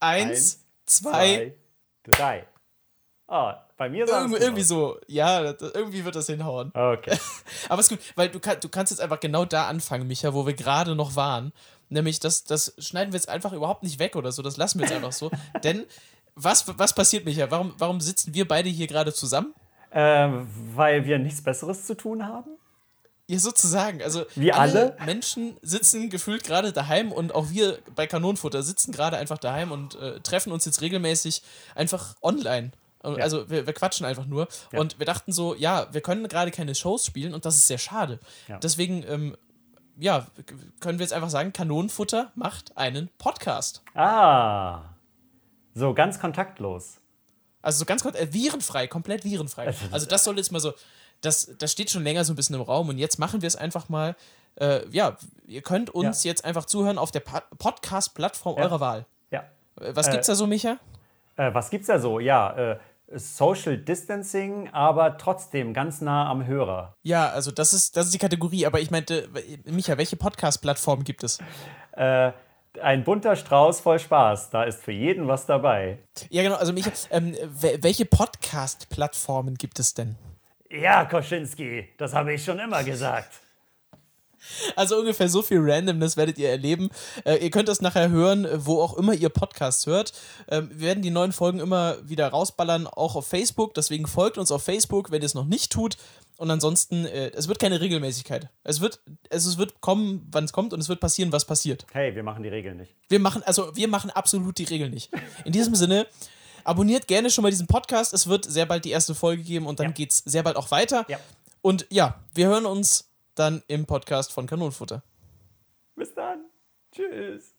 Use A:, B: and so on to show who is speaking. A: eins, zwei,
B: drei. Ah, bei mir sagen
A: irgendwie, irgendwie so. Ja, das, irgendwie wird das hinhauen.
B: Okay.
A: Aber ist gut, weil du, kann, du kannst jetzt einfach genau da anfangen, Micha, wo wir gerade noch waren. Nämlich, das, das schneiden wir jetzt einfach überhaupt nicht weg oder so. Das lassen wir jetzt einfach so. Denn was, was passiert, Micha? Warum, warum sitzen wir beide hier gerade zusammen?
B: Ähm, weil wir nichts Besseres zu tun haben?
A: Ja, sozusagen. Also
B: Wir alle?
A: Menschen sitzen gefühlt gerade daheim und auch wir bei Kanonenfutter sitzen gerade einfach daheim und äh, treffen uns jetzt regelmäßig einfach online. Äh,
B: Ja.
A: Also wir, wir quatschen einfach nur.
B: Ja.
A: Und wir dachten so, ja, wir können gerade keine Shows spielen und das ist sehr schade.
B: Ja.
A: Deswegen, ähm, ja, k- können wir jetzt einfach sagen, Kanonenfutter macht einen Podcast.
B: Ah. So, ganz kontaktlos.
A: Also so ganz kurz, äh, virenfrei, komplett virenfrei. Also das soll jetzt mal so, das, das steht schon länger so ein bisschen im Raum und jetzt machen wir es einfach mal. Äh, ja, ihr könnt uns jetzt einfach zuhören auf der Pa- Podcast-Plattform eurer Wahl.
B: Ja.
A: Äh, Was gibt's da so, Micha?
B: Äh, was gibt's da so? Ja, äh, Social Distancing, aber trotzdem ganz nah am Hörer.
A: Ja, also das ist, das ist die Kategorie, aber ich meinte, w- Micha, welche Podcast-Plattform gibt es?
B: Äh, ein bunter Strauß voll Spaß. Da ist für jeden was dabei.
A: Ja, genau, also Micha, ähm, wel- welche Podcast-Plattformen gibt es denn?
B: Ja, Koschinski, das habe ich schon immer gesagt.
A: Also ungefähr so viel Randomness werdet ihr erleben. Äh, ihr könnt das nachher hören, äh, wo auch immer ihr Podcasts hört. Ähm, wir werden die neuen Folgen immer wieder rausballern, auch auf Facebook. Deswegen folgt uns auf Facebook, wenn ihr es noch nicht tut. Und ansonsten, äh, es wird keine Regelmäßigkeit. Es wird, es, es wird kommen, wann es kommt und es wird passieren, was passiert.
B: Hey, wir machen die Regeln nicht.
A: Wir machen, also wir machen absolut die Regeln nicht. In diesem Sinne, abonniert gerne schon mal diesen Podcast. Es wird sehr bald die erste Folge geben und dann
B: Ja.
A: geht's sehr bald auch weiter.
B: Ja.
A: Und ja, wir hören uns dann im Podcast von Kanonenfutter.
B: Bis dann. Tschüss.